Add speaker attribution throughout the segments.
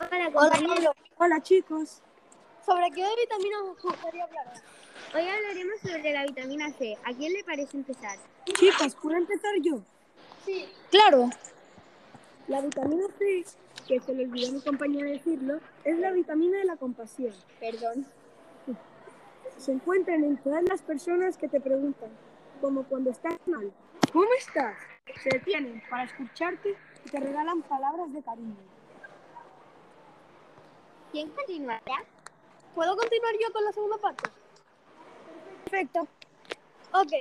Speaker 1: Hola, compañeros.
Speaker 2: Hola chicos.
Speaker 1: ¿Sobre qué vitaminas os gustaría hablar?
Speaker 3: Hoy hablaremos sobre la vitamina C. ¿A quién le parece empezar?
Speaker 2: Chicos, ¿puedo empezar yo?
Speaker 1: Sí.
Speaker 2: Claro. La vitamina C, que se le olvidó a mi compañera decirlo, es la vitamina de la compasión.
Speaker 3: Perdón.
Speaker 2: Se encuentran en todas las personas que te preguntan, como cuando estás mal. ¿Cómo estás? Se detienen para escucharte y te regalan palabras de cariño.
Speaker 3: ¿Quién continuará?
Speaker 1: ¿Puedo continuar yo con la segunda parte?
Speaker 2: Perfecto.
Speaker 1: Ok.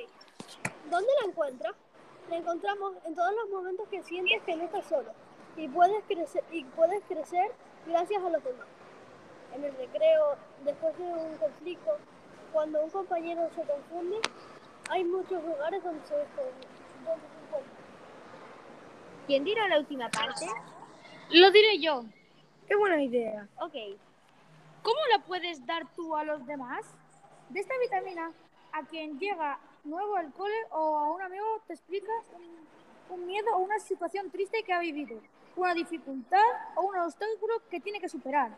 Speaker 1: ¿Dónde la encuentras? La encontramos en todos los momentos que sientes que no estás solo y puedes crecer, y puedes crecer gracias a los demás. En el recreo, después de un conflicto, cuando un compañero se confunde, hay muchos lugares donde se, donde se encuentra.
Speaker 3: ¿Quién dirá la última parte?
Speaker 4: Lo diré yo.
Speaker 2: Qué buena idea.
Speaker 3: Ok.
Speaker 4: ¿Cómo la puedes dar tú a los demás? De esta vitamina, a quien llega nuevo al cole o a un amigo te explicas un, un miedo o una situación triste que ha vivido, una dificultad o un obstáculo que tiene que superar.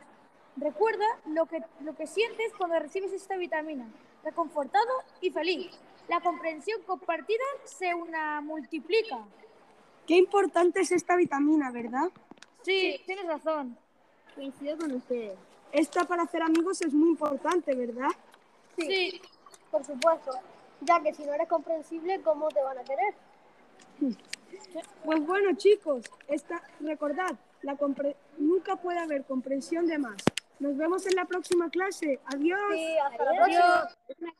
Speaker 4: Recuerda lo que, lo que sientes cuando recibes esta vitamina, reconfortado y feliz. La comprensión compartida se una multiplica.
Speaker 2: Qué importante es esta vitamina, ¿verdad?
Speaker 4: Sí, tienes razón.
Speaker 3: Coincido con ustedes.
Speaker 2: Esta para hacer amigos es muy importante, ¿verdad?
Speaker 1: Sí, por supuesto. Ya que si no eres comprensible, ¿cómo te van a querer?
Speaker 2: Pues bueno, chicos, esta, recordad, la compre- nunca puede haber comprensión de más. Nos vemos en la próxima clase. Adiós.
Speaker 1: Sí, hasta la próxima.